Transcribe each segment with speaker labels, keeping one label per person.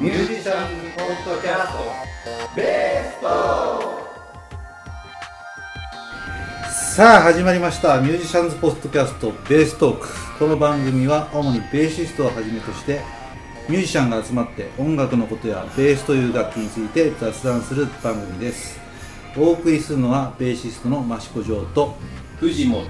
Speaker 1: ミュージシャンポッドキャストベストさあ始まりましたミュージシャンズポッドキャストベーストークこの番組は主にベーシストをはじめとしてミュージシャンが集まって音楽のことやベースという楽器について雑談する番組ですお送りするのはベーシストの益子城と
Speaker 2: 藤本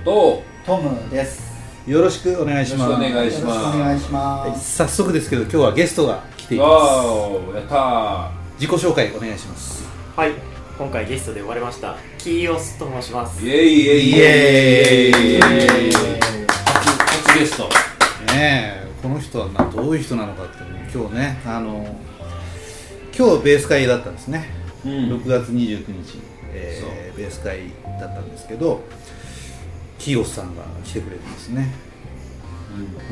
Speaker 3: トムです。
Speaker 1: よろしくお願いします
Speaker 2: よろしくお願いします
Speaker 3: よろしくお願いします。
Speaker 1: 早速ですけど今日はゲストが来ています
Speaker 2: わおやったー
Speaker 1: 自己紹介お願いします
Speaker 4: はい、今回ゲストで呼ばれました、キーオスと申します。
Speaker 2: イエイイエイ
Speaker 1: イエーイ
Speaker 2: イエーイ初初ゲスト
Speaker 1: ねえこの人はなどういう人なのかっていうのを今日ねあの今日ベース会だったんですね、
Speaker 2: うん
Speaker 1: 6月29日、えーベース会だったんですけどキヨスさんが来てくれてですね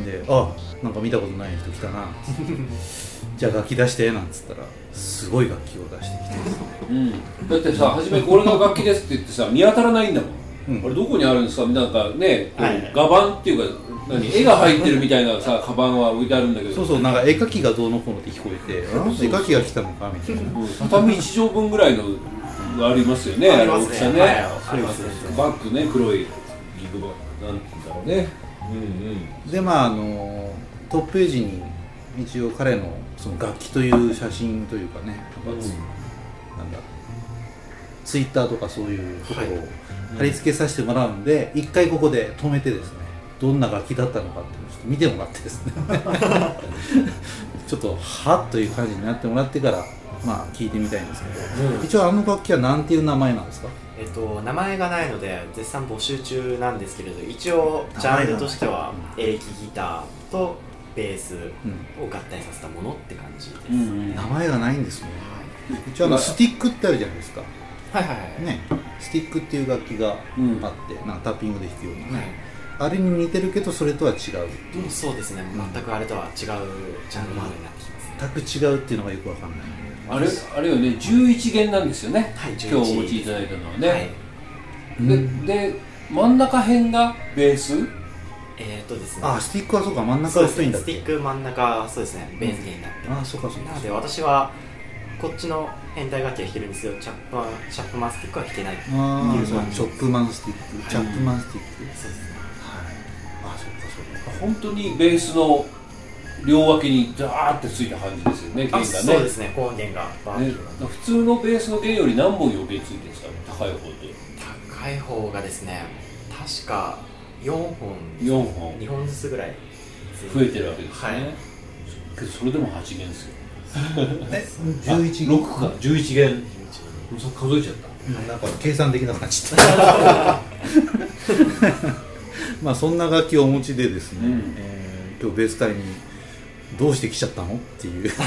Speaker 1: であなんか見たことない人来た なじゃあ楽器出してなんつったらすごい楽器を出してきてですね
Speaker 2: うんだってさ初めこれの楽器ですって言ってさ見当たらないんだもん、
Speaker 1: うん
Speaker 2: あれどこにあるんですかなんかねこう、
Speaker 4: はいはい
Speaker 2: 画板っていうか何絵が入ってるみたいなさカバンは置いてあるんだけど
Speaker 1: そうそうなんか絵描きがどうのこうのって聞こえ てあ絵描きが来たのかみたいな
Speaker 2: うん畳1畳分ぐらいのありますよね
Speaker 4: ありますね
Speaker 2: 大きさね、
Speaker 4: はいありますね
Speaker 2: バッグね黒いギグバッグなんて言うんだろうねうん
Speaker 1: でまああのトップページに一応彼のその楽器という写真というかね、
Speaker 2: うん
Speaker 1: なんだツイッターとかそういうところを貼り付けさせてもらうんで一、回ここで止めてですねどんな楽器だったのかっていうのをちょっと見てもらってですねちょっとはっという感じになってもらってからまあ聞いてみたいんですけど、一応あの楽器は何ていう名前なんですか
Speaker 4: えっと、名前がないので、絶賛募集中なんですけれど、一応、ジャンルとしては、エレキギターとベース
Speaker 1: う
Speaker 4: を合体させたものって感じです。
Speaker 2: うんうん
Speaker 1: 名前がないんですね一応あのスティックってあるじゃないですか
Speaker 4: はいはいはい。
Speaker 1: ねスティックっていう楽器があって、
Speaker 2: うん
Speaker 1: なんかタッピングで弾くようなね、
Speaker 4: はい
Speaker 1: あれに似てるけどそれとは違う
Speaker 4: もうそうですね、全くあれとは違うジャンルまでになってきます。
Speaker 1: 全く違うっていうのがよくわかんない
Speaker 2: あれあれよね11弦なんですよね、
Speaker 4: はい
Speaker 2: 今日お持ちいただいたのはね、
Speaker 4: はい。
Speaker 2: でで真ん中辺がベース
Speaker 4: えー、っとですね、
Speaker 1: あスティックはそうか真ん中
Speaker 4: そう
Speaker 1: が
Speaker 4: です
Speaker 1: 太いん
Speaker 4: ね、
Speaker 1: だっ
Speaker 4: スティ
Speaker 1: け
Speaker 4: ック真ん中、そうですね、ベースになってます
Speaker 1: あそうかそう
Speaker 4: な
Speaker 1: か
Speaker 4: ので
Speaker 1: そうか
Speaker 4: 私はこっちの変態楽器は弾けるんですよチャップマンチャップマンスティックは弾けないそう
Speaker 1: あ
Speaker 4: って
Speaker 1: あ
Speaker 4: いう
Speaker 1: そう
Speaker 4: 感じ
Speaker 1: チョップマンスティックチャップマンスティック、
Speaker 4: ですね
Speaker 1: はいあそうかそうか
Speaker 2: 本当にベースの両脇にダーってついた感じですよね弦がね
Speaker 4: そうですね高音源がバー
Speaker 2: ね
Speaker 4: ッと
Speaker 2: 普通のベースの弦より何本余計ついてるんですかね高い方で
Speaker 4: 高い方がですね確か4本
Speaker 2: 4本
Speaker 4: 2本ずつぐらいつい
Speaker 2: 増えてるわけですね、
Speaker 4: はい
Speaker 2: けどそれでも8弦ですよ
Speaker 1: え11
Speaker 2: 6か11弦さ数えちゃっ
Speaker 1: うんなんか計算できなくなっちゃった まあそんな楽器をお持ちでですね、
Speaker 2: うん
Speaker 1: えー今日ベース会にどうして来ちゃったのって いうと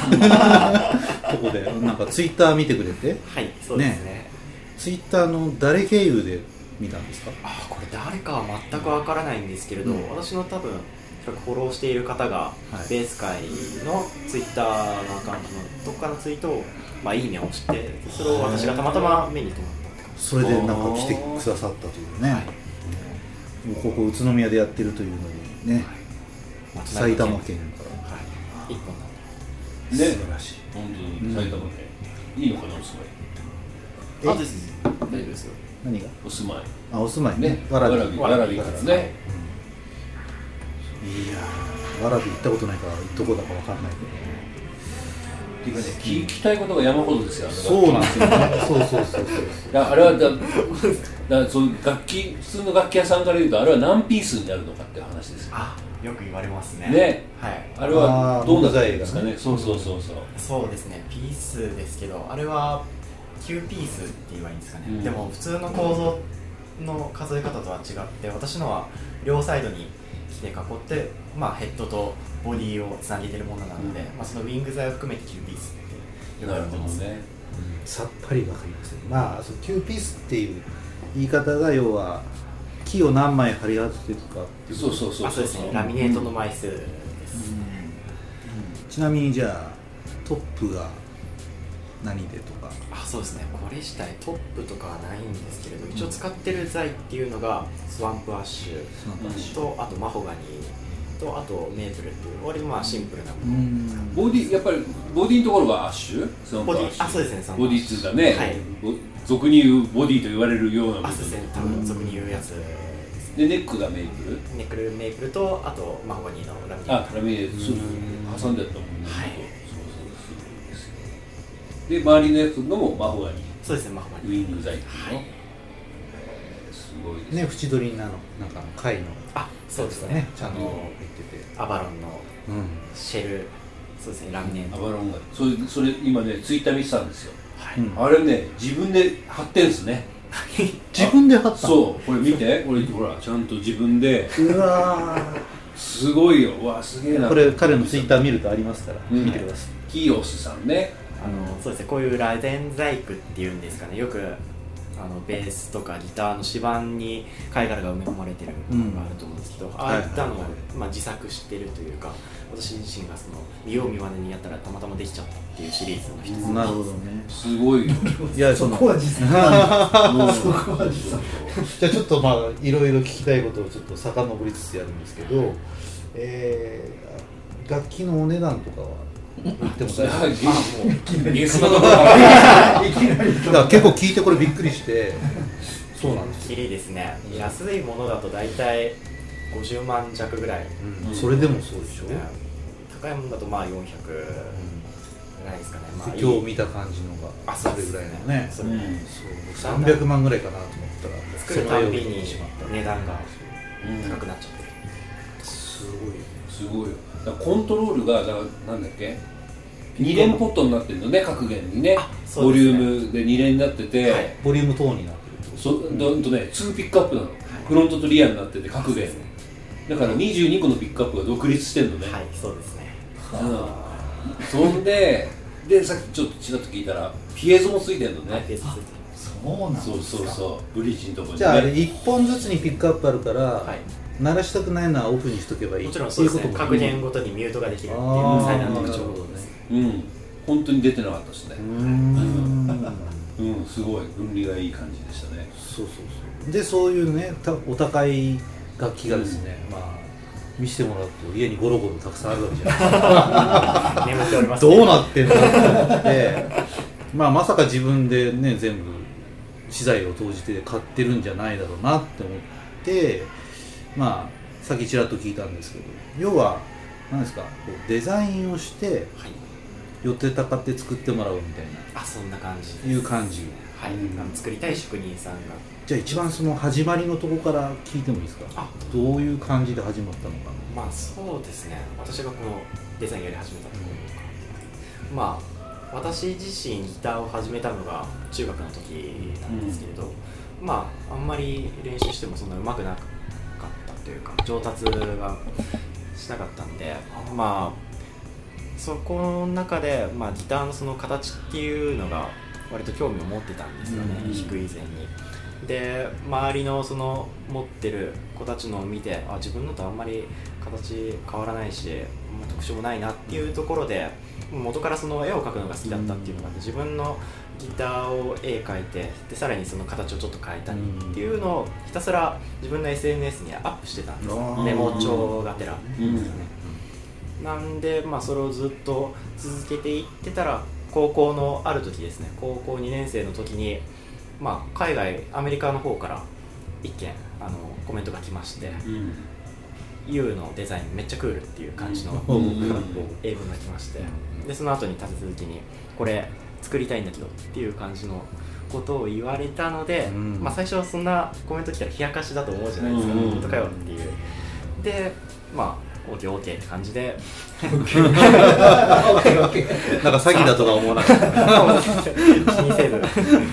Speaker 1: こでなんかツイッター見てくれて
Speaker 4: はいそうですね
Speaker 1: ツイッターの誰経由で見たんですか
Speaker 4: あこれ誰かは全くわからないんですけれど、
Speaker 1: うん
Speaker 4: 私の多分おそらくフォローしている方が、
Speaker 1: はい
Speaker 4: ベース界のツイッターのアカウントのどっかのツイートを、まあ、いいねを押してそれを私がたまたま目に留まったって感
Speaker 1: それでなんか来てくださったというね、もうここ宇都宮でやってるというのにね、
Speaker 4: じ
Speaker 1: 埼玉県から
Speaker 4: はい一本なんで
Speaker 2: たね
Speaker 1: 素晴らしい、
Speaker 2: 本当に埼玉県、いいのかなお住まい
Speaker 1: え
Speaker 4: あです大丈夫ですよ
Speaker 1: 何が
Speaker 2: お住ま
Speaker 1: あお住まい
Speaker 2: い
Speaker 1: ね
Speaker 2: ね
Speaker 1: わらび
Speaker 2: わらびからね
Speaker 1: いやーわらび行ったことないからどこだかわかんないけ
Speaker 2: っていうかね聞きたいことが山ほどですよあの
Speaker 1: どそうなんですよねそうそうそうそう
Speaker 2: だあれはだだからその楽器普通の楽器屋さんから言うとあれは何ピースになるのかっていう話ですよ
Speaker 4: あよく言われますね
Speaker 2: ね
Speaker 4: はい
Speaker 2: あれは
Speaker 1: あー
Speaker 2: どうなったんですか
Speaker 1: 木材
Speaker 2: ねそうそうそうそう
Speaker 4: そうですねピースですけどあれは9ピースって言えばいいんですかね、
Speaker 2: うん
Speaker 4: でも普通の構造の数え方とは違って私のは両サイドに木で囲って、まあ、ヘッドとボディをつなげてるものなので、
Speaker 2: うん
Speaker 4: まあ、そのウィング材を含めて9ピースって呼ば
Speaker 2: な
Speaker 4: れ
Speaker 2: る
Speaker 4: て
Speaker 2: ほど
Speaker 4: ます
Speaker 2: ね
Speaker 1: さっぱりわかりませんまあそうキューピースっていう言い方が要は木を何枚張り合ってるかっていう
Speaker 2: そうそうそう
Speaker 4: あそうですねラミネートの枚数です、
Speaker 1: ちなみにじゃあトップが何でとか
Speaker 4: あそうですねこれ自体トップとかはないんですけれど一応使ってる材っていうのがスワンプアッシュ
Speaker 1: その
Speaker 2: うん
Speaker 4: とあとマホガニとあとメープルっていう割とまあシンプルなも
Speaker 1: う
Speaker 4: の、
Speaker 1: ん
Speaker 2: ボディやっぱりボディのところはアッシュスワンプ
Speaker 4: ボデ
Speaker 2: アッシ
Speaker 4: ィ
Speaker 2: ュ
Speaker 4: あそうですねその
Speaker 2: ボディ2だね、
Speaker 4: はい
Speaker 2: ぼ俗に言うボディと言われるような部
Speaker 4: アス
Speaker 2: 分
Speaker 4: センター俗に言うやつですね
Speaker 2: でネックがメイプル
Speaker 4: ネックルメープルとあとマホガニーのラミネー
Speaker 2: あ
Speaker 4: ト
Speaker 2: ラミネートそう
Speaker 4: うん
Speaker 2: そう挟んであったもんね、
Speaker 4: は
Speaker 2: そう
Speaker 4: い
Speaker 2: そうそうですよで周りのやつのもマホガニ
Speaker 4: そうですねマホガ
Speaker 2: ウ
Speaker 4: ニー
Speaker 2: ィング材の、
Speaker 4: はい
Speaker 2: えーすごいですね
Speaker 1: ね縁取りなのなんかの貝の
Speaker 4: あそうですね
Speaker 1: ねちゃんと
Speaker 4: あ
Speaker 1: 入っ
Speaker 4: の
Speaker 1: てて
Speaker 4: アバロンの
Speaker 1: うん
Speaker 4: シェルそうですねラミネー
Speaker 2: ア
Speaker 4: ト
Speaker 2: バロンがそれそれ今ねツイッター見てたんですよ、
Speaker 4: はい
Speaker 1: うん
Speaker 2: あれね自分で貼ってんすね
Speaker 1: 自分で貼ったの
Speaker 2: そうこれ見てこれほらちゃんと自分で
Speaker 1: うわー
Speaker 2: すごいようわすげえな
Speaker 1: これ彼のツイッター見るとありますから、
Speaker 2: うん
Speaker 1: 見てください
Speaker 2: キーオスさんね
Speaker 4: あのそうですねこういうラテン細工っていうんですかねよくあのベースとかギターの指板に貝殻が埋め込まれてるものがあると思うんですけど、ああいったのを、
Speaker 1: はいはい
Speaker 4: まあ、自作してるというか私自身がその見よう見まねにやったらたまたまできちゃったっていうシリーズの一つ
Speaker 1: なるほどね
Speaker 2: すご いよ
Speaker 1: いや
Speaker 3: そ
Speaker 1: の
Speaker 3: こは 実際
Speaker 2: もう
Speaker 3: そこは実際
Speaker 1: じゃあちょっとまあいろいろ聞きたいことをちょっと遡りつつやるんですけど、えー、楽器のお値段とかは言っても大丈夫
Speaker 2: ゲスなとこから
Speaker 3: いきなり
Speaker 1: だから結構聞いてこれびっくりしてそうなんです
Speaker 4: き
Speaker 1: よ、
Speaker 4: れいですね安いものだと大体50万弱ぐらい、
Speaker 1: うんそれでもそうでしょ、
Speaker 4: 高いものだとまあ400ぐらいですかね、まあ、いい
Speaker 1: 今日見た感じのが
Speaker 4: あ
Speaker 1: そ
Speaker 4: そうで
Speaker 1: れ
Speaker 4: す
Speaker 1: ぐ
Speaker 4: ね
Speaker 1: らいのね
Speaker 4: そ
Speaker 1: そう
Speaker 4: れ
Speaker 2: うん
Speaker 1: 僕300万ぐらいかなと思ったら
Speaker 4: 作るたんびに
Speaker 1: そのよう
Speaker 4: 値段が
Speaker 2: うん
Speaker 4: 高くなっちゃってる
Speaker 1: すごいよね
Speaker 2: すごいよだからコントロールがだからなんだっけ2連ポットになってるのね各弦にね
Speaker 4: そ
Speaker 2: ボ
Speaker 4: う
Speaker 2: リ
Speaker 4: です
Speaker 2: ュ
Speaker 4: ね
Speaker 2: ームで2連になってて、
Speaker 4: はい
Speaker 1: ボリューム等になってるってこと
Speaker 2: そどんとね2ピックアップなの、フロントとリアになってて各弦だから22個のピックアップが独立してるのね、
Speaker 4: はいそうですね
Speaker 2: うんそんででさっきちょっとちらっと聞いたらピエゾもついてるのね
Speaker 3: そうなん
Speaker 2: そうそうそうブリッジのとこにね
Speaker 1: じゃああれ1本ずつにピックアップあるから、
Speaker 4: はい
Speaker 1: 鳴らしたくないのはオフにしとけばいい
Speaker 4: もちろんそうです
Speaker 1: ってい
Speaker 4: ね
Speaker 1: ことも
Speaker 4: 各年ごとにミュートができるっていう
Speaker 1: あー
Speaker 4: 最大の特徴です
Speaker 2: うん本当に出てなかったですね
Speaker 1: うーん
Speaker 2: うんすごい分離がいい感じでしたね
Speaker 1: そうそうそうでそういうねたお高い楽器がですね、まあ見せてもらうと家にゴロゴロたくさんあるわけじゃないですか
Speaker 4: 眠っておりますね
Speaker 1: どうなってんだと思って まあまさか自分でね全部資材を投じて買ってるんじゃないだろうなって思ってまあさっきちらっと聞いたんですけど要は何ですかこうデザインをして
Speaker 4: はい
Speaker 1: 寄ってたかって作ってもらうみたいな
Speaker 4: あそんな感じです
Speaker 1: いう感じ
Speaker 4: はい
Speaker 2: うん
Speaker 4: あの作りたい職人さんが
Speaker 1: じゃあ一番その始まりのとこから聞いてもいいですか
Speaker 4: あ
Speaker 1: どういう感じで始まったのか
Speaker 4: まあそうですね私がこのデザインやり始めたところとかまあ私自身ギターを始めたのが中学の時なんですけれど、まああんまり練習してもそんな上手くなかったというか上達がしなかったんでまあそこの中で、まあ、ギターのその形っていうのが割と興味を持ってたんですよね、
Speaker 2: うん
Speaker 4: 弾く以前に。で周りのその持ってる子たちのを見てあ自分のとあんまり形変わらないし、まあ特徴もないなっていうところで元からその絵を描くのが好きだったっていうのがあって自分のギターを絵描いてでさらにその形をちょっと変えたりっていうのをひたすら自分の SNS にアップしてたんです
Speaker 1: あー
Speaker 4: メモ帳がてら。
Speaker 2: うん
Speaker 4: なんで、まあ、それをずっと続けていってたら高校のある時ですね高校2年生の時に、まあ、海外アメリカの方から一件あのコメントが来まして
Speaker 2: うん
Speaker 4: 「YOU のデザインめっちゃクール」っていう感じの
Speaker 1: うん
Speaker 2: うん
Speaker 4: 英文が来ましてでその後に立て続きに「これ作りたいんだけど」っていう感じのことを言われたので、
Speaker 1: うん
Speaker 4: まあ、最初はそんなコメント来たら冷やかしだと思うじゃないですか、
Speaker 2: うんうん
Speaker 4: 本当かよっていうでまあ OKOK って感じで
Speaker 1: ななんか詐欺だとか思わなか った
Speaker 4: 気にせず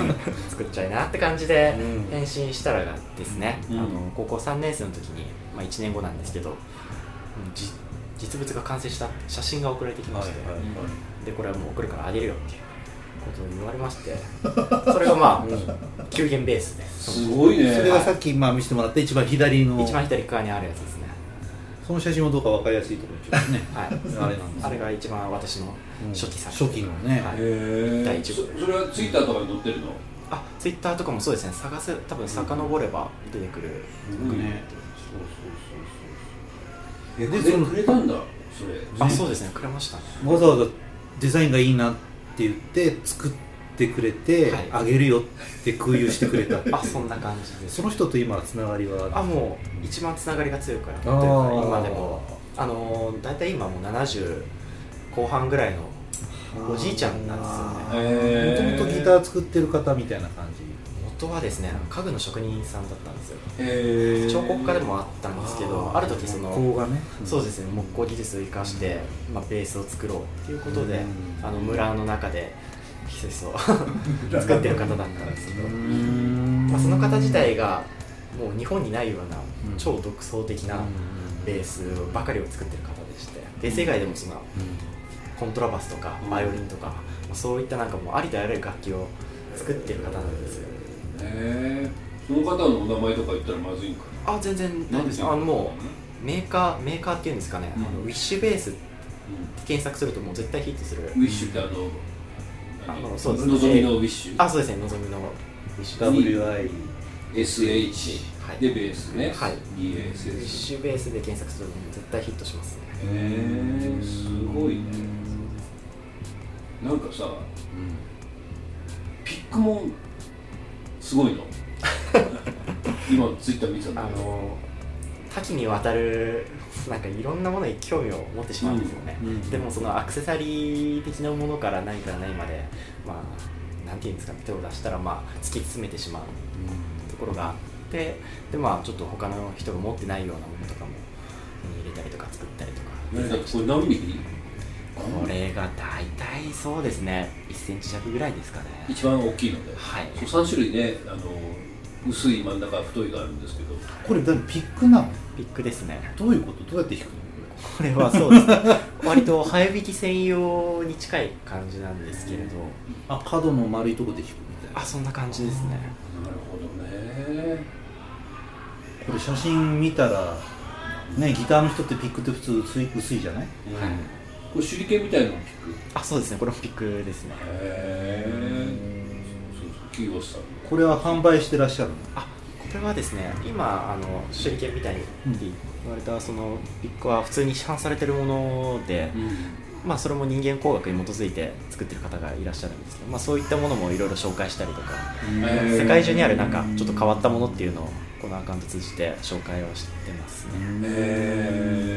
Speaker 4: 作っちゃいなって感じで
Speaker 1: うん
Speaker 4: 返信したらがですね、
Speaker 2: うん
Speaker 4: あの高校3年生の時に、まあ、1年後なんですけど、うんじ実物が完成した写真が送られてきまして、でこれはもう送るからあげるよっていうことを言われましてそれがまあ9弦ベースです
Speaker 2: すごいね
Speaker 1: それがさっきまあ見せてもらった一番左の
Speaker 4: 一番左側にあるやつですね
Speaker 1: その写真もどうか分かりやすいところにちょっと ね
Speaker 4: は
Speaker 1: あ
Speaker 4: い
Speaker 1: れなんです
Speaker 4: あれが一番私の
Speaker 1: うん
Speaker 4: 初期作
Speaker 1: 初期のね
Speaker 4: はい
Speaker 2: へ
Speaker 4: 第
Speaker 2: え
Speaker 4: 一
Speaker 2: そ
Speaker 4: 部
Speaker 2: それはツイッターとかに載ってるの
Speaker 4: あツイッターとかもそうですね探す多分遡れば出てくる
Speaker 1: ね
Speaker 2: そうそうそうそう
Speaker 1: え
Speaker 2: で
Speaker 1: でその
Speaker 2: くれたんだそれ
Speaker 4: あそうですねくれましたね
Speaker 1: わざわざデザインがいいなって言って作ってくれて、
Speaker 4: はい
Speaker 1: あげるよって空輸してくれ た
Speaker 4: あそんな感じです
Speaker 1: その人と今つながりは
Speaker 4: あもう一番つながりが強いからという
Speaker 1: あ
Speaker 4: か
Speaker 1: ー
Speaker 4: 今でもあのー大体今もう70後半ぐらいのおじいちゃんなんですよね
Speaker 1: もとも
Speaker 2: へ
Speaker 1: とギター作ってる方みたいな感じ
Speaker 4: 元はですね家具の職人さんだったんですよ
Speaker 2: へー
Speaker 4: 彫刻家でもあったんですけど
Speaker 2: あー
Speaker 4: ある時その
Speaker 1: こうがね
Speaker 4: そうですね木工技術を生かして、まあ、ベースを作ろうっていうことで、
Speaker 1: うん
Speaker 4: あの村の中でひそひそ作ってる方だったんですけど、
Speaker 1: ん
Speaker 4: まあ、その方自体がもう日本にないような
Speaker 1: うん
Speaker 4: 超独創的なベースばかりを作ってる方でしてベース以外でもそのコントラバスとか
Speaker 2: うん
Speaker 4: バイオリンとか、まあそういったなんかもうありとあらゆる楽器を作ってる方なんですよ
Speaker 2: へーその方のお名前とか言ったらまずいんか
Speaker 4: あ全然
Speaker 2: な
Speaker 4: 何ですかあのも
Speaker 2: う
Speaker 4: うメーカーメーカーっていうんですかね、あの
Speaker 2: うん
Speaker 4: ウィッシュベースって検索するともう絶対ヒットする
Speaker 2: ウィッシュってあの何
Speaker 4: あのそうですね
Speaker 2: 望みのウィッシュ
Speaker 4: あそうですねのぞみのウィッシュベース
Speaker 1: WI
Speaker 2: SH
Speaker 4: はい
Speaker 2: でベースね
Speaker 4: はい
Speaker 2: BASS
Speaker 4: ウィッシュベースで検索するともう絶対ヒットしますね
Speaker 2: へえすごいねなんかさピックもすごい の今ツイッター見てたんだ
Speaker 4: あ
Speaker 2: けど
Speaker 4: の多岐にわたるなんかいろんなものに興味を持ってしまうんですよね、
Speaker 1: うんうん
Speaker 4: でもそのアクセサリー的なものから何から何までまあなんていうんですかね手を出したらまあ突き詰めてしまうところがあってでまあちょっと他の人が持ってないようなものとかも手に入れたりとか作ったりとか
Speaker 2: ねだってこれ何ミリ
Speaker 4: これが大体そうですね1センチ弱ぐらいですかね
Speaker 2: 一番大きいので
Speaker 4: はい
Speaker 2: そう3種類ねあの薄い真ん中太いがあるんですけど
Speaker 1: これだってピックなの
Speaker 4: ピックですね
Speaker 1: どういうことどうやって弾くの
Speaker 4: これはそうですね割と早弾き専用に近い感じなんですけれど
Speaker 1: あ角の丸いとこで弾くみたいな
Speaker 4: あそんな感じですね
Speaker 2: なるほどね
Speaker 1: これ写真見たらねギターの人ってピックって普通薄い薄いじゃない
Speaker 4: はい
Speaker 2: これ手裏剣みたいなのピック
Speaker 4: あそうですねこれもピックですね
Speaker 2: へえそうそうキーボスさんの
Speaker 1: これは販売してらっしゃるの
Speaker 4: あこれはですね今あの手裏剣みたいにって言われたそのピックは普通に市販されてるもので、まあそれも人間工学に基づいて作ってる方がいらっしゃるんですけど、まあ、そういったものもいろいろ紹介したりとか
Speaker 2: へー
Speaker 4: 世界中にあるなんかちょっと変わったものっていうのをこのアカウント通じて紹介をしてますね
Speaker 2: へ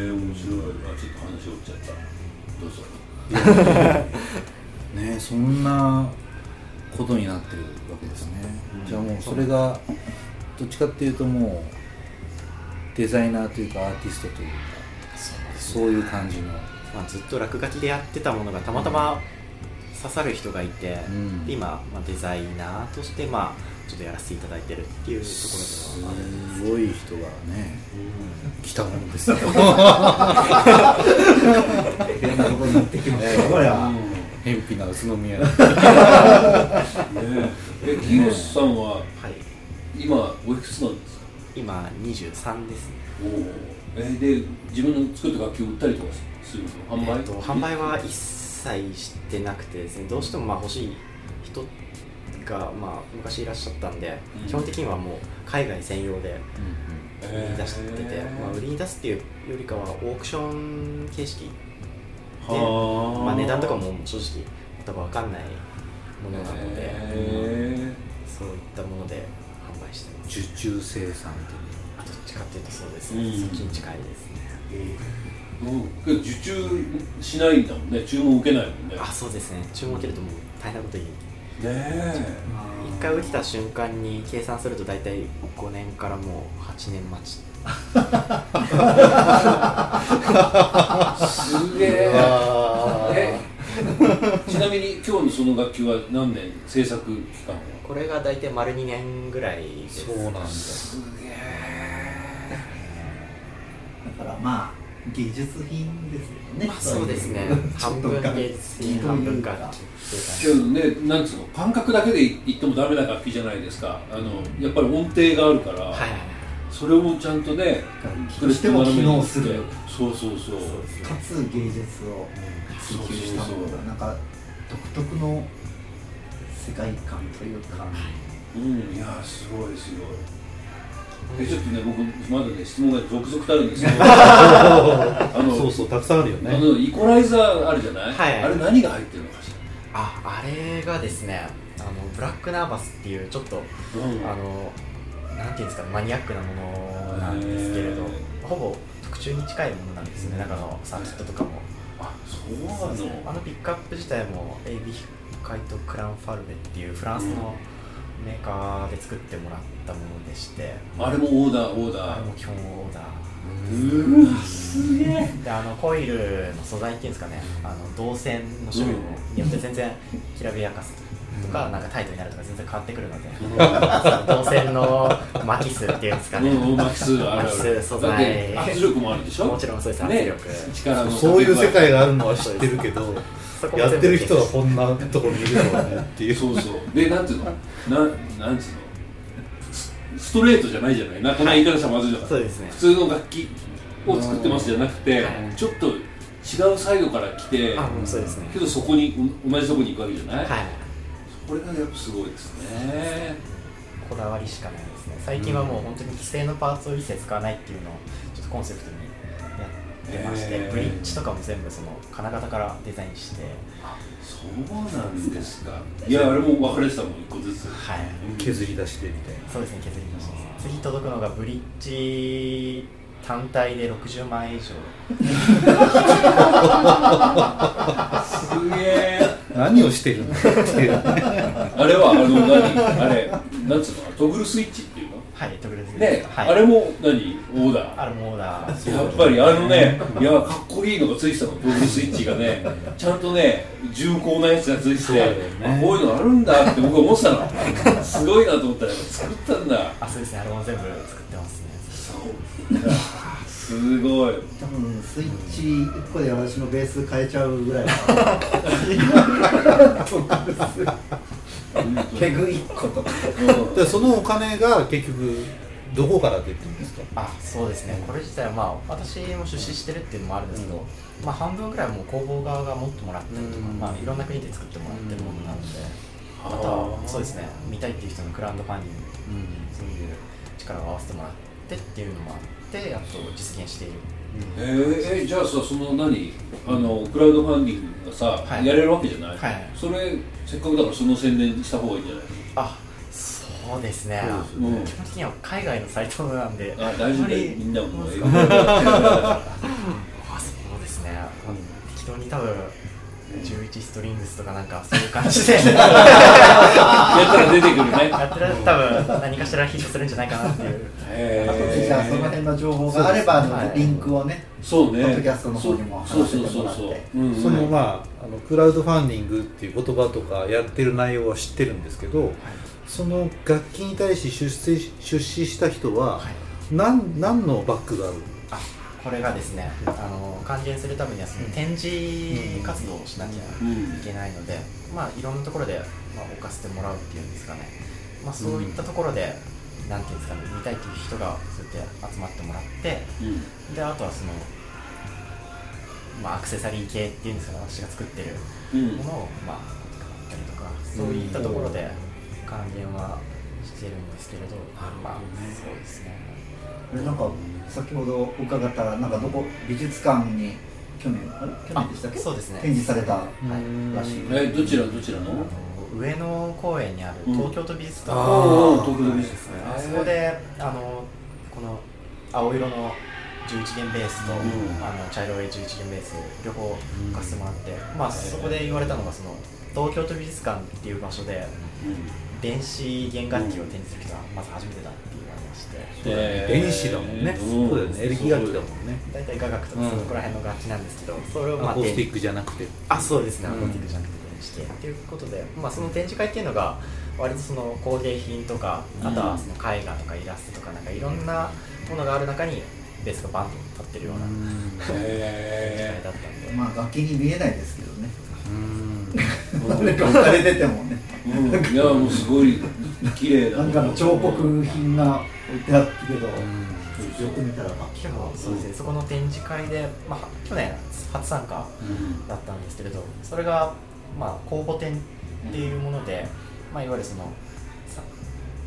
Speaker 2: え面白いあちょっと話をっちゃったどうぞ
Speaker 1: ねそんなことになってるわけですね、
Speaker 4: うん
Speaker 1: じゃあもうそれがどっちかっていうともうデザイナーというかアーティストというかそういう感じの
Speaker 4: まあ、ずっと落書きでやってたものがたまたま刺さる人がいて、
Speaker 1: うん
Speaker 4: で今、まあ、デザイナーとして、まあ、ちょっとやらせていただいてるっていうとこ
Speaker 1: す
Speaker 4: ろではあるんです
Speaker 1: ごい人がね来たもんですよ変なことになってきました
Speaker 3: こりゃ
Speaker 2: う
Speaker 1: 偏僻な宇都宮
Speaker 2: んねええキーボスさんは
Speaker 4: はい、
Speaker 2: 今おいくつなんですか
Speaker 4: 今23ですね、
Speaker 2: おおえで自分の作った楽器を売ったりとかするの販売、
Speaker 4: えっと販売は一切してなくてですねどうしてもまあ欲しい人が、まあ、昔いらっしゃったんで、
Speaker 2: うん
Speaker 4: 基本的にはもう海外専用で売り
Speaker 2: え
Speaker 4: に出してて、まあ、売りに出すっていうよりかはオークション形式で
Speaker 2: はあ
Speaker 4: まあ、値段とかも正直全く分かんないものなので、
Speaker 2: へ
Speaker 4: そういったもので販売してます
Speaker 1: 受注生産
Speaker 4: あどっちかっていうとそうですね、
Speaker 2: うん
Speaker 4: そっちに近いですね、
Speaker 2: えうんけど受注しないんだもんね注文受けないもんね
Speaker 4: あそうですね注文受けるともう大変なことに
Speaker 2: ねえ
Speaker 4: 1回受けた瞬間に計算すると大体5年からもう8年待ち
Speaker 2: すげええちなみに今日のその楽器は何年制作期間は
Speaker 4: これが大体丸2年ぐらいです
Speaker 1: だ
Speaker 2: すげえ
Speaker 3: だからまあ芸術品ですよね、
Speaker 4: まあそうですね
Speaker 3: ちょ
Speaker 4: 半
Speaker 3: っと
Speaker 4: 分
Speaker 3: が
Speaker 4: 芸術品半分かって
Speaker 2: けどねなんつうの感覚だけで言ってもダメな楽器じゃないですかあのやっぱり音程があるから、
Speaker 4: はいはい
Speaker 2: それをちゃんとね
Speaker 3: 楽器としても機能する
Speaker 2: そうそうそう
Speaker 4: そうです
Speaker 3: か
Speaker 4: ね
Speaker 3: つ芸術を追求した
Speaker 2: そう
Speaker 3: も
Speaker 2: そうそう
Speaker 3: のがなんか独特の世界観というか
Speaker 2: うんいやすごいすごいえちょっとね僕まだね質問が続々とあるんですけど
Speaker 1: あ
Speaker 2: の
Speaker 1: そうそうたくさんあるよ
Speaker 2: あ
Speaker 1: ね
Speaker 2: のイコライザーあるじゃない、
Speaker 4: はい
Speaker 2: あれ何が入ってるのかし
Speaker 4: ああれがですねあのブラックナーバスっていうちょっと
Speaker 2: ら、うん
Speaker 4: あのなんていうんですかマニアックなものなんですけれど
Speaker 2: へ
Speaker 4: ほぼ特注に近いものなんですね中のサーキットとかも
Speaker 2: あそうなの
Speaker 4: あのピックアップ自体も AB カイトクランファルベっていうフランスのメーカーで作ってもらったものでして
Speaker 2: あれもオーダーオー
Speaker 4: あ
Speaker 2: ダ
Speaker 4: れ
Speaker 2: ー
Speaker 4: も基本オーダ
Speaker 2: うわすげえ
Speaker 4: ーであのコイルの素材っていうんですかねあの導線の種類もによって全然きらびやかさとかなんかタイトになるとか全然変わってくるので その導線の巻き数っていうんですかね
Speaker 2: うん、マックスあるあ
Speaker 4: 巻き数
Speaker 2: る
Speaker 4: 素
Speaker 2: だって
Speaker 4: 材
Speaker 2: 圧力もあるでしょ
Speaker 4: もちろんそうです圧
Speaker 2: ね
Speaker 4: 力、
Speaker 2: 力の
Speaker 1: そういう世界があるのは知ってるけど
Speaker 4: そこも
Speaker 1: や
Speaker 4: 全
Speaker 1: っ
Speaker 4: 部
Speaker 1: てる人はこんなところにいるのねっていう
Speaker 2: そうそうでなんていうのなんなんつうのスストレートじゃないじゃないなこの言い方したらまずいじゃん
Speaker 4: そうですね
Speaker 2: 普通の楽器を作ってますじゃなくて、
Speaker 4: はい
Speaker 2: ちょっと違うサイドから来て
Speaker 4: あもうそうですね
Speaker 2: けどそこにう同じとこに行くわけじゃない、
Speaker 4: はい
Speaker 2: これがやっぱすごいですね
Speaker 4: こだわりしかないですね最近はもう本当に既製のパーツを一切使わないっていうのをちょっとコンセプトにやってまして、
Speaker 2: へー
Speaker 4: ブリッジとかも全部その金型からデザインして
Speaker 2: そうなんですかいやあれも分かれてたもん一個ずつ
Speaker 4: はい
Speaker 1: 削り出してみたい
Speaker 4: そうですね削りました次届くのがブリッジ単体で60万円以上
Speaker 2: すげえ
Speaker 1: な何をしてるんだっていう
Speaker 2: あれはあの何あれなんつうのトグルスイッチっていうの
Speaker 4: はいトグルです
Speaker 2: ね、
Speaker 4: はい、
Speaker 2: あれも何オーダー
Speaker 4: あれもオーダー
Speaker 2: やっぱりあのね、いや、かっこいいのがついてたの、ブルースイッチがね、ちゃんとね、重厚なやつがついてて、
Speaker 1: そうだよね
Speaker 2: あこういうのあるんだって僕は思ってたの、すごいなと思ったら、やっぱ作ったんだ、
Speaker 4: あそうですねあれも全部作ってますね
Speaker 2: そう、すごい、
Speaker 3: 多分スイッチ1個で私のベース変えちゃうぐらいペグ1個とか
Speaker 2: う
Speaker 1: でそのお金が結局どこから出てるんですか
Speaker 4: あそうですね、これ自体はまあ私も出資してるっていうのもあるんですけど、まあ、半分ぐらいはもう工房側が持ってもらったりとか、
Speaker 1: うん
Speaker 4: まあ、いろんな国で作ってもらってるものなので、
Speaker 2: うん
Speaker 4: または
Speaker 2: あー
Speaker 4: そうですね見たいっていう人のクラウドファンディングそういう力を合わせてもらってっていうのもあってやっと実現している
Speaker 2: えーえじゃあさ、その何あの、クラウドファンディングがさ、
Speaker 4: はい
Speaker 2: やれるわけじゃない、
Speaker 4: はい
Speaker 2: それ、せっかくだから、その宣伝した方がいいんじゃない
Speaker 4: あそうですね
Speaker 1: そうです
Speaker 2: うん
Speaker 4: 基本的には海外のサイトなんで
Speaker 2: あ大丈夫だよ、みんなもう英語で
Speaker 4: あそうですね、適当に多分11ストリングスとかなんかそういう感 じで
Speaker 2: やったら出てくるね。
Speaker 4: やってる多分何かしらヒットするんじゃないかなっていう
Speaker 2: へ
Speaker 3: あと
Speaker 2: ー
Speaker 3: じゃあその辺の情報があればあのリンクをね
Speaker 2: そうね。
Speaker 3: ポッドキャストの方にも
Speaker 2: そう
Speaker 3: 話
Speaker 2: そ
Speaker 3: し
Speaker 2: う
Speaker 3: て
Speaker 2: そ
Speaker 3: も
Speaker 2: う
Speaker 3: らっ
Speaker 2: そう
Speaker 3: て。
Speaker 2: うんうん
Speaker 1: そのまああのクラウドファンディングっていう言葉とかやってる内容は知ってるんですけど、その楽器に対し出資出資した人は
Speaker 4: はい
Speaker 1: 何何のバックがある
Speaker 4: あこれがですねあの還元するためにはその展示活動をしなきゃいけないので、まあいろんなところで、まあ、置かせてもらうっていうんですかね、まあ、そういったところで、なんていうんですかね見たいっていう人がそうやって集まってもらって
Speaker 2: うん
Speaker 4: であとはその、まあ、アクセサリー系っていうんですかね私が作ってる
Speaker 2: うん
Speaker 4: ものをまあ買ったりとかそういったところで還元はしてるんですけれど、まあそうですね
Speaker 3: あれなんか先ほど伺ったらなんかどこ美術館に去年あれ去年でしたっけ
Speaker 4: あそうですね
Speaker 3: 展示された
Speaker 4: はい
Speaker 3: らしい
Speaker 2: えどちらどちらの？
Speaker 4: 上野公園にある
Speaker 2: うん
Speaker 4: 東京都美術館、
Speaker 1: あ
Speaker 2: ー
Speaker 4: あ
Speaker 2: 東京都美術館
Speaker 4: あそこであのこの青色の11弦ベースと、
Speaker 2: ん
Speaker 4: あの茶色い11弦ベース両方置かせてもらって、まあそこで言われたのがその東京都美術館っていう場所で電子弦楽器を展示する人はまず初めてだって言われまして
Speaker 2: えー
Speaker 1: 電子だもんね、
Speaker 2: うん
Speaker 1: そうだよねエレキ楽器だもんね
Speaker 4: 大体雅楽とかそこら辺の楽器なんですけど、それをま
Speaker 1: ア
Speaker 4: あ
Speaker 1: コーステ
Speaker 4: 展
Speaker 1: ィックじゃなくて
Speaker 4: あそうですね
Speaker 1: うん
Speaker 4: アコースティックじゃなくて電子系っていうことで、まあ、その展示会っていうのが割とその工芸品とか
Speaker 2: うん
Speaker 4: あとはその絵画とかイラストとかなんかいろんなものがある中にベースがバンと立ってるような展示会
Speaker 2: へ
Speaker 4: だったんで、
Speaker 3: まあ楽器に見えないですけど ね
Speaker 1: うん
Speaker 3: 誰か置かれててもね
Speaker 2: ーうんいやもうすごい綺麗だ。
Speaker 3: なんかの彫刻品が置いてあったけど、
Speaker 2: うん
Speaker 3: よく見たら楽器
Speaker 4: しかもそうですねそこの展示会で、まあ、去年初参加
Speaker 2: うん
Speaker 4: だったんですけれどそれがまあ公募展っていうもので、まあ、いわゆるそのさ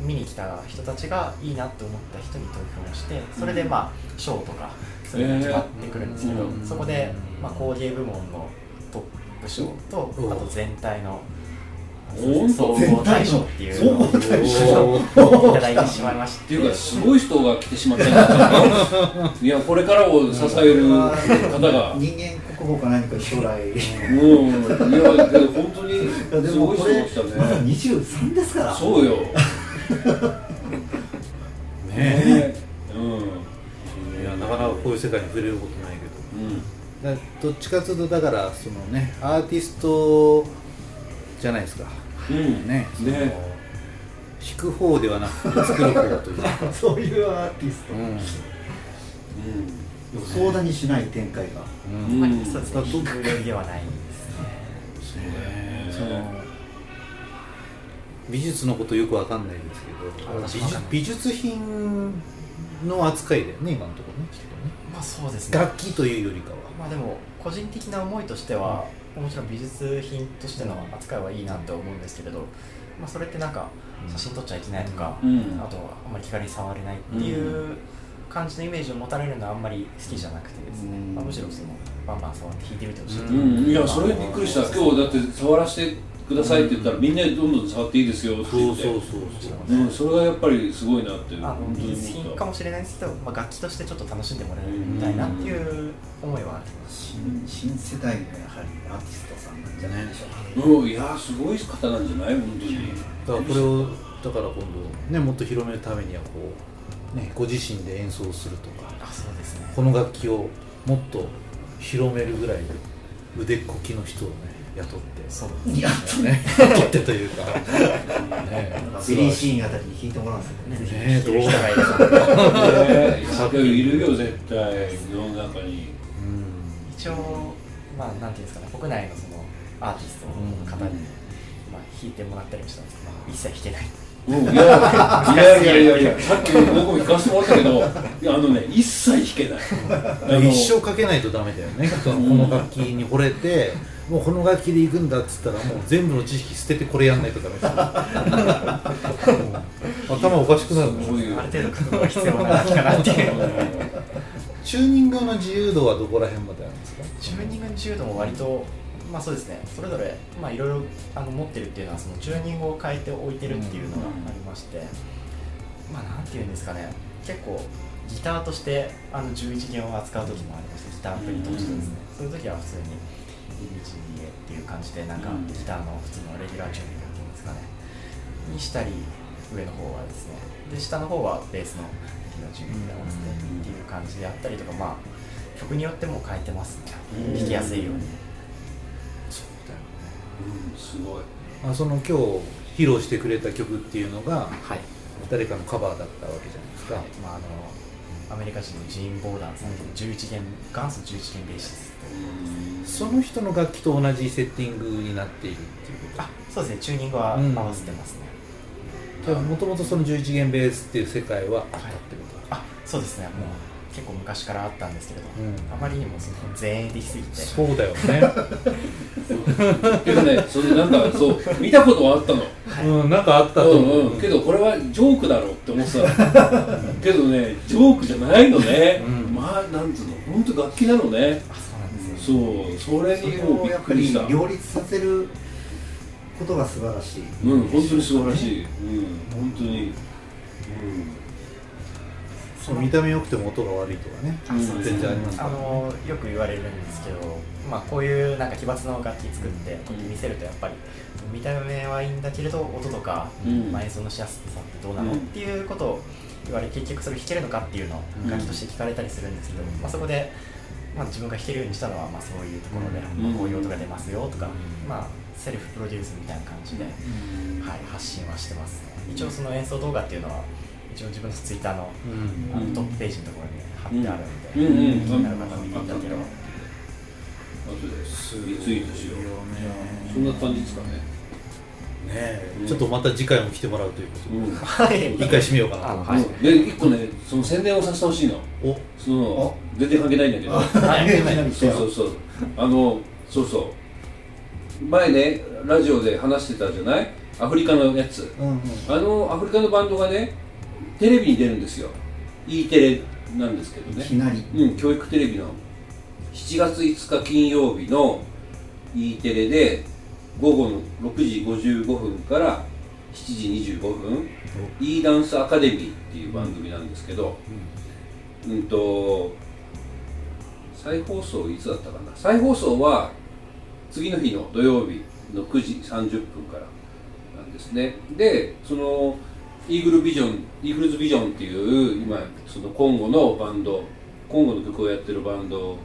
Speaker 4: 見に来た人たちがいいなって思った人に投票してそれでまあ賞とかそういうのが決まってくるんですけど、
Speaker 2: えーうん
Speaker 4: そこでまあ工芸部門のトップ賞とあ
Speaker 1: うん
Speaker 4: と全体の
Speaker 2: おー
Speaker 4: 総合大賞っていうのを
Speaker 3: 総合大
Speaker 1: 賞
Speaker 4: いただいてしまいまし
Speaker 2: って
Speaker 4: て
Speaker 2: いうかすごい人が来てしまったないやこれからを支える方が
Speaker 3: 人間国宝か何か将来
Speaker 2: うんいやで本当に
Speaker 3: いやですも
Speaker 2: ごい
Speaker 3: こ
Speaker 2: 人が
Speaker 3: れ
Speaker 2: 来た
Speaker 3: まだ
Speaker 2: ね
Speaker 3: 23ですから
Speaker 2: そうよねえうん
Speaker 1: いやなかなかこういう世界に触れることないけど
Speaker 2: うん
Speaker 1: だどっちかというとだからそのねアーティストじゃないですか
Speaker 2: うん
Speaker 1: ねその
Speaker 2: ね
Speaker 1: 弾く方ではなくて作る方というか、
Speaker 3: そういうアーティス
Speaker 1: う
Speaker 3: ト、
Speaker 1: ん
Speaker 3: 予想だにしない展開が
Speaker 2: うん
Speaker 1: うん
Speaker 2: うん
Speaker 4: そうですね
Speaker 1: うん
Speaker 4: 有料ではないですね
Speaker 1: そう
Speaker 2: ね
Speaker 1: その美術のことよくわかんないんですけ
Speaker 4: 私
Speaker 1: ど
Speaker 4: もわかんない
Speaker 1: 美術美術品の扱いだよね今のところねきっとね
Speaker 4: まあそうですね
Speaker 1: 楽器というよりかは
Speaker 4: まあでも個人的な思いとしては、もちろん美術品としての扱いはいいなと思うんですけれど、まあ、それってなんか写真撮っちゃいけないとか、
Speaker 2: うん
Speaker 4: あとはあんまり気軽に触れないっていう感じのイメージを持たれるのはあんまり好きじゃなくてですね、
Speaker 2: うん
Speaker 4: まあ、むしろそのバンバン触って弾いてみてほしいと
Speaker 2: う
Speaker 4: いうん
Speaker 2: いやそれびっくりした今日だって触らせてくださいって言ったらみんなでどんどん触っていいですよって言って
Speaker 1: そう
Speaker 2: うんそれがやっぱりすごいなって
Speaker 4: あの
Speaker 2: 本当
Speaker 4: 美
Speaker 2: に
Speaker 4: 術
Speaker 2: 思
Speaker 4: 品
Speaker 2: った
Speaker 4: かもしれないですけど、まあ、楽器としてちょっと楽しんでもらえるみたいなっていう思いはあります
Speaker 3: 新新世代のやはりアーティストさんなんじゃないでしょうか、
Speaker 2: うん、いやすごい方なんじゃない本当に
Speaker 1: だからこれをだから今度ねもっと広めるためにはこうねご自身で演奏するとか
Speaker 4: あそうですね
Speaker 1: この楽器をもっと広めるぐらいの腕っこきの人をね雇っ
Speaker 4: そう
Speaker 3: いや
Speaker 1: てね雇ってというかね
Speaker 3: ビリー・シーンあたりに弾いてもらうんですけどね
Speaker 1: ねどう
Speaker 4: 人がいる
Speaker 2: ねいるよ絶対世の中
Speaker 1: う
Speaker 2: に
Speaker 1: ん
Speaker 4: 一応まあなんていうんですかね国内のそのアーティストの方に、まあ弾いてもらったりもしたんですけど、まあ、一切弾けない
Speaker 2: うんいやいやいやいやいやさっき僕も聞かせてもらったけどいやあのね一切弾けないあの
Speaker 1: 一生かけないとダメだよねそのこの楽器に惚れてもうこの楽器で行くんだっつったらもう全部の知識捨ててこれやんないとダメですよ うん頭おかしくなる
Speaker 2: そういう
Speaker 4: ある程度覚悟が必要な楽器かなっていう
Speaker 1: チューニングの自由度はどこら辺まであるんですか
Speaker 4: チューニングの自由度も割とまあそうですねそれぞれまあいろいろあの持ってるっていうのはそのチューニングを変えて置いてるっていうのがありまして、まあなんていうんですかね結構ギターとしてあの11弦を扱う時もありましてギターアプリとしてですね、そういう時は普通に 12A っていう感じでなんか
Speaker 2: うん
Speaker 4: ギターの普通のレギュラーチューニングっていうんですかねにしたり上の方はですねで下の方はベースのレギュラーチューニングで合わせてっていう感じでやったりとかまあ曲によっても変えてますね
Speaker 2: うん
Speaker 4: 弾きやすいように
Speaker 2: うんすごい
Speaker 1: あその今日披露してくれた曲っていうのが
Speaker 4: はい、
Speaker 1: 誰かのカバーだったわけじゃないですか、
Speaker 4: まあ、あのアメリカ人のジーン・ボーダンさんという11弦元祖11弦ベーシスト
Speaker 1: その人の楽器と同じセッティングになっているっていうこと
Speaker 4: あそうですねチューニングは合
Speaker 1: うん
Speaker 4: わせてますね、
Speaker 1: じゃあもともとその11弦ベースっていう世界はあったっ
Speaker 4: はい
Speaker 1: てことだ、
Speaker 4: あそうですねもう結構昔からあったんですけれど、
Speaker 1: うん
Speaker 4: あまりにもその前衛的すぎて
Speaker 1: そうだよね、
Speaker 2: っていうかねそれなんかそう見たことはあったの
Speaker 1: うん、なんかあったと
Speaker 2: う
Speaker 1: 思う、
Speaker 2: んうんけどこれはジョークだろうって思ってたのけどねジョークじゃないのね、
Speaker 1: うん
Speaker 2: まあなんつうの本当楽器なのね
Speaker 4: あそうなんです
Speaker 2: そ
Speaker 4: よ、
Speaker 2: うそれ
Speaker 3: そ
Speaker 2: に
Speaker 3: れ
Speaker 2: もう
Speaker 3: を
Speaker 2: びっ
Speaker 3: やっ
Speaker 2: く
Speaker 3: ぱ
Speaker 2: り
Speaker 3: り
Speaker 2: したうん
Speaker 3: 両立させることが素晴らしい、
Speaker 2: 本当に素晴らしいうん本当に
Speaker 1: そう見た目良くても音が悪いとかね
Speaker 2: うん
Speaker 4: あそうです
Speaker 1: 全然ありますか
Speaker 4: あ
Speaker 1: ら、
Speaker 4: のよく言われるんですけど、まあ、こういうなんか奇抜な楽器作ってこうやって見せるとやっぱり見た目はいいんだけれど音とか、
Speaker 2: うん
Speaker 4: まあ、演奏のしやすさってどうなの、
Speaker 2: うん
Speaker 4: っていうことを言われ結局それ弾けるのかっていうのを
Speaker 1: うん
Speaker 4: 楽器として聞かれたりするんですけど、まあ、そこで、まあ、自分が弾けるようにしたのはまあそういうところで、
Speaker 2: うん
Speaker 4: まあこういう音が出ますよとか、
Speaker 1: うん
Speaker 4: まあ、セルフプロデュースみたいな感じで、はい、
Speaker 2: うん
Speaker 4: 発信はしてますね一応その演奏動画っていうのは一応自分のツイッターの
Speaker 1: うん
Speaker 4: あ
Speaker 2: う
Speaker 4: の
Speaker 2: ん
Speaker 4: トップページのところに貼ってあるので、
Speaker 2: うんうん
Speaker 4: 気になる方は見ていただければ、
Speaker 2: 後でリツイートしようそん
Speaker 1: ね
Speaker 2: な感じですかね
Speaker 1: え
Speaker 2: うん
Speaker 1: ちょっとまた次回も来てもらうというこ
Speaker 2: うん
Speaker 4: はい
Speaker 1: とで一回締めようか
Speaker 4: あ
Speaker 1: な
Speaker 4: はい
Speaker 2: うんで一個ねその宣伝をさせてほしいの
Speaker 1: お
Speaker 2: その全然関係ないんだけど
Speaker 4: はい
Speaker 3: いきなり来た
Speaker 2: そう
Speaker 3: よ
Speaker 2: そうそうあのそうそう前ねラジオで話してたじゃないアフリカのやつ
Speaker 1: うんうん
Speaker 2: あのアフリカのバンドがねテレビに出るんですよ E テレなんですけどね
Speaker 3: いきなり
Speaker 2: うん、教育テレビの7月5日金曜日の E テレで午後の6時55分から7時25分 E ダンスアカデミーっていう番組なんですけど、うん、と再放送いつだったかな再放送は次の日の土曜日の9時30分からなんですねでそのイーグルビジョンイーグルズビジョンっていう今そのコンゴのバンドコンゴの曲をやってるバンド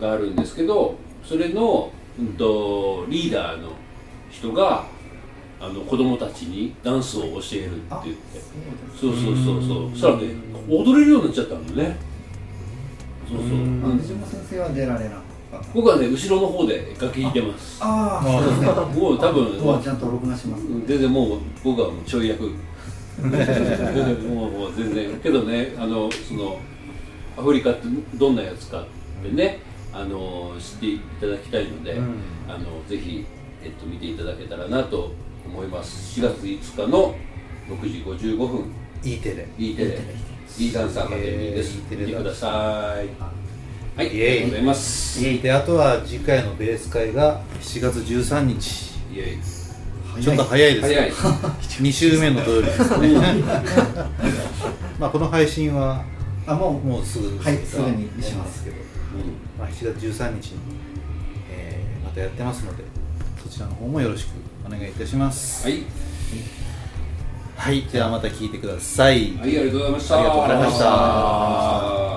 Speaker 2: があるんですけどそれの、うん、とリーダーの人があの子供たちにダンスを教えるって言ってそうそうそうそうそしたらね踊れるようになっちゃったのねそうそう
Speaker 4: うん
Speaker 2: うん
Speaker 3: 中島先生は出られなかった
Speaker 2: 僕はね後ろの方で楽器弾いてます
Speaker 3: ああそうですね
Speaker 2: もう多分
Speaker 3: ドアちゃんと録画します
Speaker 2: 全然もう僕はもうちょい役もうもう全然けどねあのそのアフリカってどんなやつかってね、あの知っていただきたいので、
Speaker 1: うん
Speaker 2: あのぜひ、えっと、見ていただけたらなと思います4月5日の6時55分
Speaker 1: E テレ
Speaker 2: E テレ E ダンスアカデミーです、
Speaker 1: えー E テレだ
Speaker 2: 見てくださいはいあ
Speaker 1: イ
Speaker 2: り
Speaker 1: エイ
Speaker 2: がとうございますイエ
Speaker 1: であとは次回のベース会が7月13日
Speaker 2: イ
Speaker 1: ちょっと早いです
Speaker 2: 早い
Speaker 1: ね2週目の土曜日ですね まあこの配信は
Speaker 3: あもう
Speaker 1: もうすぐ
Speaker 3: はいすぐにします
Speaker 1: けど、まあ、7月13日に、えーまたやってますのでそちらの方もよろしくお願いいたします
Speaker 2: はい
Speaker 1: はい、ではまた聞いてください
Speaker 2: はい、ありがとうございました。
Speaker 1: ありがとうございました
Speaker 2: ありがとうございました